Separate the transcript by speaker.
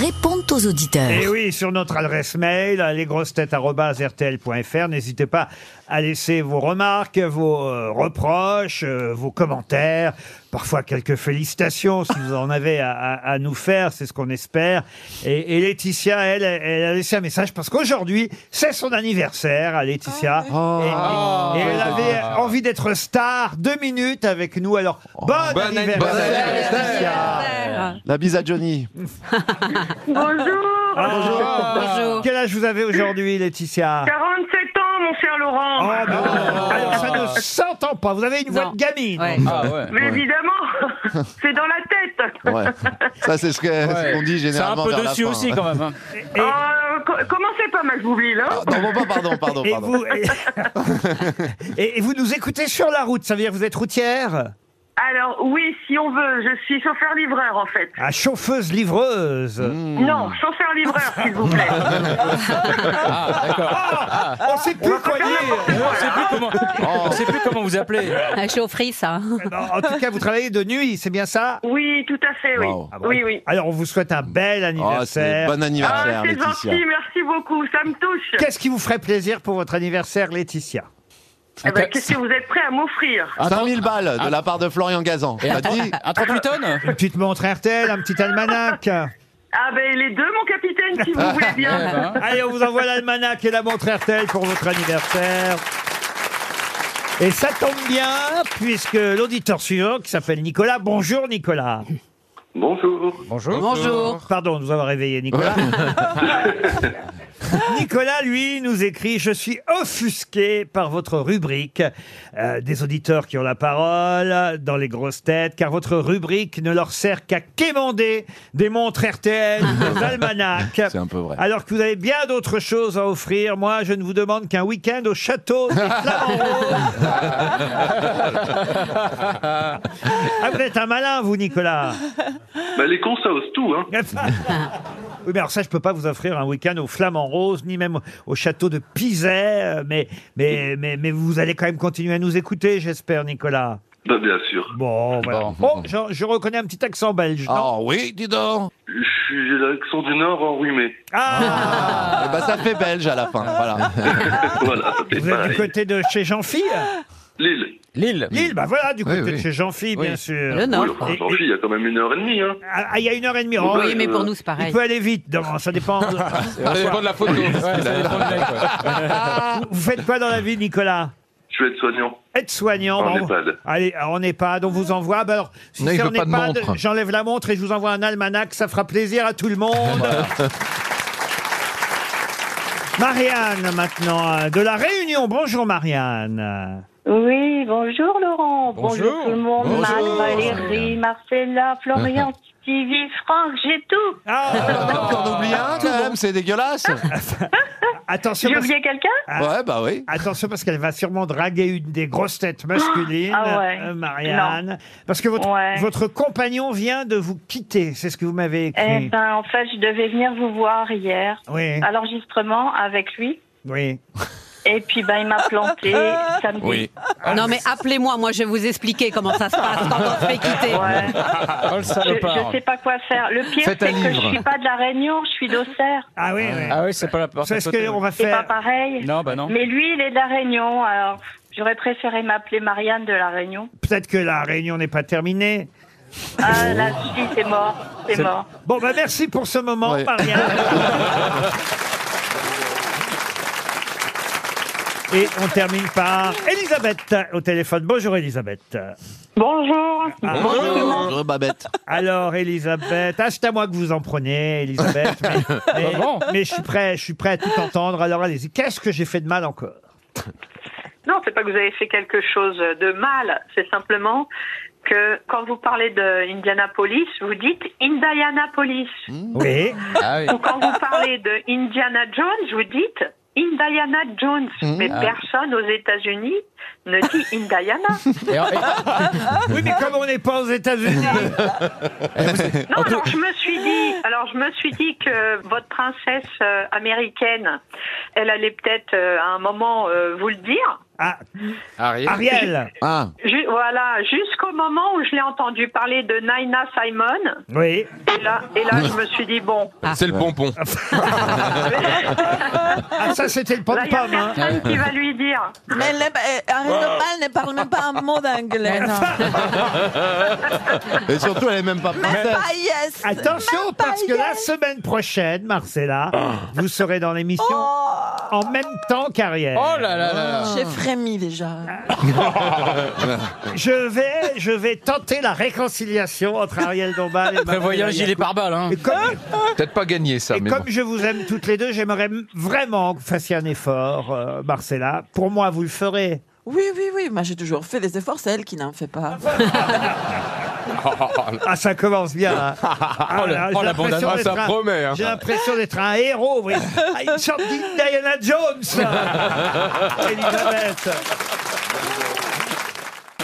Speaker 1: répondent aux auditeurs.
Speaker 2: Et Eh oui, sur notre adresse mail, lesgrossetêtes.rtl.fr, n'hésitez pas à laisser vos remarques, vos euh, reproches, euh, vos commentaires, parfois quelques félicitations si vous en avez à, à- à nous faire, c'est ce qu'on espère. Et, et Laetitia, elle, elle a laissé un message parce qu'aujourd'hui, c'est son anniversaire à Laetitia. Et- et, elle avait envie d'être star deux minutes avec nous. Alors, Oh, bon,
Speaker 3: Bon
Speaker 2: anniversaire,
Speaker 3: anniversaire.
Speaker 2: Laetitia.
Speaker 4: La bise à Johnny.
Speaker 5: Bonjour
Speaker 2: Bonjour. Quel âge vous avez aujourd'hui, Laetitia
Speaker 5: 47 ans, mon cher Laurent
Speaker 2: Oh, mais non. Ah, Alors, ça ne s'entend pas. Vous avez une voix de gamine.
Speaker 3: Ah ouais.
Speaker 5: Mais évidemment, c'est dans la tête
Speaker 4: Ouais. Ça, c'est ce que- ce qu'on dit
Speaker 6: C'est un
Speaker 4: généralement.
Speaker 6: peu
Speaker 4: vers la
Speaker 6: dessus
Speaker 4: fin.
Speaker 6: aussi quand même. hein.
Speaker 2: Et-
Speaker 5: Euh, co- Commencez pas, Max là
Speaker 4: Ah, Non, bon, pas- pardon, pardon,
Speaker 2: Et
Speaker 4: pardon.
Speaker 2: vous, et, et vous nous écoutez sur la route. Ça veut dire que vous êtes routière
Speaker 5: Alors, oui, si on veut, je suis chauffeur-livreur, en fait.
Speaker 2: Ah, chauffeuse, livreuse.
Speaker 5: Non, chauffeur-livreur, s'il vous plaît.
Speaker 2: On sait plus quoi dire.
Speaker 6: On sait plus comment, on sait plus comment vous appelez.
Speaker 7: Un chaufferie, ça.
Speaker 2: Eh ben, En en tout cas, vous travaillez de nuit, c'est bien ça
Speaker 5: Oui, tout à fait, oui.
Speaker 4: Wow.
Speaker 2: Ah bon,
Speaker 5: Oui, oui.
Speaker 2: Alors, on vous souhaite un bel
Speaker 4: Oh, c'est
Speaker 2: anniversaire.
Speaker 4: bon anniversaire,
Speaker 5: Ah, c'est
Speaker 4: Laetitia.
Speaker 5: gentil, merci beaucoup, ça me touche.
Speaker 2: Qu'est-ce qui vous ferait plaisir pour votre anniversaire, Laetitia
Speaker 5: Eh ben, Qu'est-ce que vous êtes prêts à m'offrir
Speaker 4: 5000 balles de la part de Florian Gazan.
Speaker 6: Ah. Et
Speaker 4: T'as
Speaker 6: un, trente-
Speaker 4: dit
Speaker 6: un 38 tonnes
Speaker 2: Une petite montre RTL, un petit almanach.
Speaker 5: Ah ben, les deux, mon capitaine, si vous voulez
Speaker 6: Eh
Speaker 5: bien.
Speaker 6: ben,
Speaker 2: Allez, on vous envoie l'almanach et la montre RTL pour votre anniversaire. Et ça tombe bien, puisque l'auditeur suivant, qui s'appelle Nicolas, bonjour Nicolas.
Speaker 8: Bonjour.
Speaker 7: Bonjour.
Speaker 2: Pardon de vous avoir réveillé, Nicolas. Nicolas, lui, nous écrit Je suis offusqué par votre rubrique euh, des auditeurs qui ont la parole dans les grosses têtes, car votre rubrique ne leur sert qu'à quémander des montres RTL, des almanachs.
Speaker 4: C'est un peu vrai.
Speaker 2: Alors que vous avez bien d'autres choses à offrir, moi, je ne vous demande qu'un week-end au château des Flamants Roses. ah, vous êtes un malin, vous, Nicolas.
Speaker 8: Bah, les cons, ça ose tout, hein.
Speaker 2: oui, mais alors ça, je peux pas vous offrir un week-end au Flamand Rose, ni même au château de Pizet, euh, mais, mais, mais, mais vous allez quand même continuer à nous écouter, j'espère, Nicolas.
Speaker 8: Bah, bien sûr.
Speaker 2: Bon, voilà.
Speaker 4: Bon.
Speaker 2: Oh, je, je reconnais un petit accent belge. non
Speaker 4: Oh oui, dis donc.
Speaker 8: Je suis j'ai l'accent du Nord enrhumé.
Speaker 2: Ah,
Speaker 4: Eh ben, ça fait belge à la fin. Voilà.
Speaker 6: Ah.
Speaker 7: Ah.
Speaker 8: voilà, c'est
Speaker 2: Vous êtes du
Speaker 8: pareil.
Speaker 2: côté de chez Jean-Phi
Speaker 8: Lille.
Speaker 6: Lille.
Speaker 2: Lille, bah voilà, du côté
Speaker 4: oui.
Speaker 2: de chez Jean-Phi, bien sûr.
Speaker 7: Le Nord.
Speaker 8: Oui, enfin,
Speaker 2: Et-
Speaker 8: j'en suis, il y a quand même une heure et demie, hein. euh,
Speaker 2: Ah, ah, il y a une heure et demie. Oh,
Speaker 7: Ah. Oui, mais pour nous, c'est
Speaker 2: Il
Speaker 7: pareil.
Speaker 2: peut aller vite, non, ça dépend. vous,
Speaker 3: Ça dépend de la photo.
Speaker 6: Ouais, ça dépend du mec, ouais.
Speaker 2: vous faites quoi dans la vie, Nicolas
Speaker 8: Je vais être soignant.
Speaker 2: être soignant.
Speaker 8: En
Speaker 2: Bon,
Speaker 8: EHPAD.
Speaker 2: Allez, on EHPAD, on vous envoie. Ben alors, si
Speaker 3: Non, il
Speaker 2: c'est
Speaker 3: veut
Speaker 2: en
Speaker 3: pas de
Speaker 2: EHPAD,
Speaker 3: montre.
Speaker 2: j'enlève la montre et je vous envoie un almanach, ça fera plaisir à tout le monde. Marianne, maintenant, euh, de La Réunion. Bonjour, Marianne.
Speaker 9: Oui, bonjour Laurent, bonjour,
Speaker 6: Bonjour.
Speaker 9: tout le monde, Max,
Speaker 4: Bonjour.
Speaker 9: Valérie, Marcella, Florian, Stevie, Franck, j'ai tout.
Speaker 2: Ah,
Speaker 4: T'en oublies un quand même, c'est dégueulasse.
Speaker 2: attention,
Speaker 9: J'ai
Speaker 2: parce,
Speaker 9: oublié quelqu'un
Speaker 6: Ah.
Speaker 4: Ouais, bah oui.
Speaker 2: attention, parce qu'elle va sûrement draguer une des grosses têtes masculines,
Speaker 9: Ah ouais.
Speaker 2: euh, Marianne. Parce que votre,
Speaker 9: Ouais.
Speaker 2: votre compagnon vient de vous quitter, c'est ce que vous m'avez
Speaker 9: Eh
Speaker 2: écrit.
Speaker 9: ben, en fait, je devais venir vous voir hier
Speaker 2: Oui,
Speaker 9: à l'enregistrement avec lui.
Speaker 2: oui.
Speaker 9: Et puis, ben, il m'a planté samedi.
Speaker 4: Oui.
Speaker 6: Ah,
Speaker 7: Non, mais appelez-moi, moi je vais vous expliquer comment ça se passe quand on se fait quitter.
Speaker 9: Ouais.
Speaker 6: Oh le
Speaker 9: Je,
Speaker 6: salopard.
Speaker 9: je sais pas quoi faire. Le pire, c'est
Speaker 3: Faites un
Speaker 9: que je
Speaker 3: livre.
Speaker 9: suis pas de la Réunion, je suis d'Auxerre.
Speaker 2: Ah oui, oui.
Speaker 6: Ah oui, c'est pas la porte.
Speaker 2: c'est
Speaker 6: à
Speaker 2: ce
Speaker 6: côté,
Speaker 2: qu'on
Speaker 6: ouais.
Speaker 2: va
Speaker 9: C'est pas
Speaker 2: faire.
Speaker 9: pareil.
Speaker 6: Non, bah non.
Speaker 9: Mais lui, il est de la Réunion. Alors, j'aurais préféré m'appeler Marianne de la Réunion.
Speaker 2: Peut-être que la réunion n'est pas terminée.
Speaker 9: Ah, là, si, c'est mort. C'est mort.
Speaker 2: Bon, bah merci pour ce moment,
Speaker 4: Ouais.
Speaker 2: Marianne. Et on termine par Elisabeth au téléphone. Bonjour Elisabeth.
Speaker 9: Bonjour.
Speaker 4: Bonjour, Babette.
Speaker 2: Alors Elisabeth, ah, c'est à moi que vous en preniez, Elisabeth. Mais, mais-
Speaker 6: Ah bon
Speaker 2: mais je suis prêt, je suis prêt à tout entendre. Alors allez-y, qu'est-ce que j'ai fait de mal encore
Speaker 5: Non, c'est pas que vous avez fait quelque chose de mal. C'est simplement que quand vous parlez de Indianapolis, vous dites Indianapolis.
Speaker 2: Hmm. Oui.
Speaker 3: Ah oui.
Speaker 5: Ou quand vous parlez de Indiana Jones, vous dites Indiana Jones. Mais personne aux États-Unis ne dit Indiana.
Speaker 6: Et en- et-
Speaker 2: Oui, mais comme on n'est pas aux États-Unis.
Speaker 5: Non, alors je me suis dit, alors je me suis dit que votre princesse euh, américaine, elle allait peut-être euh, à un moment euh, vous le dire.
Speaker 2: Ah,
Speaker 4: Ariel.
Speaker 2: Ariel.
Speaker 4: Ah.
Speaker 5: Ju- voilà, jusqu'au moment où je l'ai entendu parler de Naina Simon.
Speaker 2: Oui.
Speaker 5: Et là, et là je me suis dit, bon,
Speaker 10: C'est le pompon.
Speaker 2: Ah, ça, c'était le
Speaker 5: là, il n'y a
Speaker 2: pom-pom. hein.
Speaker 5: personne qui va lui dire.
Speaker 3: Mais le- euh, Ariel Dombal ne parle même pas un mot d'anglais. non.
Speaker 4: Et surtout, elle est même pas
Speaker 3: Même
Speaker 4: française.
Speaker 3: pas yes.
Speaker 2: Attention,
Speaker 3: Même pas
Speaker 2: parce que la
Speaker 3: yes.
Speaker 2: semaine prochaine, Marcella, vous serez dans l'émission
Speaker 3: Oh.
Speaker 2: en même temps qu'Ariel.
Speaker 6: Oh là là là là.
Speaker 3: J'ai frémi déjà. Ah,
Speaker 2: Je vais, je vais tenter la réconciliation entre Ariel Dombal et Marcella
Speaker 6: Prévoyant un gilet
Speaker 2: Yacoub.
Speaker 6: pare-balles. Hein.
Speaker 2: Et comme,
Speaker 10: Peut-être pas gagné ça,
Speaker 2: et
Speaker 10: mais
Speaker 2: comme
Speaker 10: bon.
Speaker 2: je vous aime toutes les deux, j'aimerais m- vraiment que vous fassiez un effort, euh, Marcella. Pour moi, vous le ferez.
Speaker 3: Oui, oui, oui. Moi, j'ai toujours fait des efforts. C'est elle qui n'en fait pas.
Speaker 2: Ah, ça commence bien. hein. Ah,
Speaker 6: Oh, la-
Speaker 2: j'ai
Speaker 6: oh, la
Speaker 2: l'impression
Speaker 6: bande-annonce,
Speaker 10: Ah,
Speaker 2: d'être
Speaker 10: ça
Speaker 2: un-
Speaker 10: promet. hein.
Speaker 2: J'ai l'impression d'être un héros, oui. Ah, Une sorte d'Indiana Jones, Elisabeth.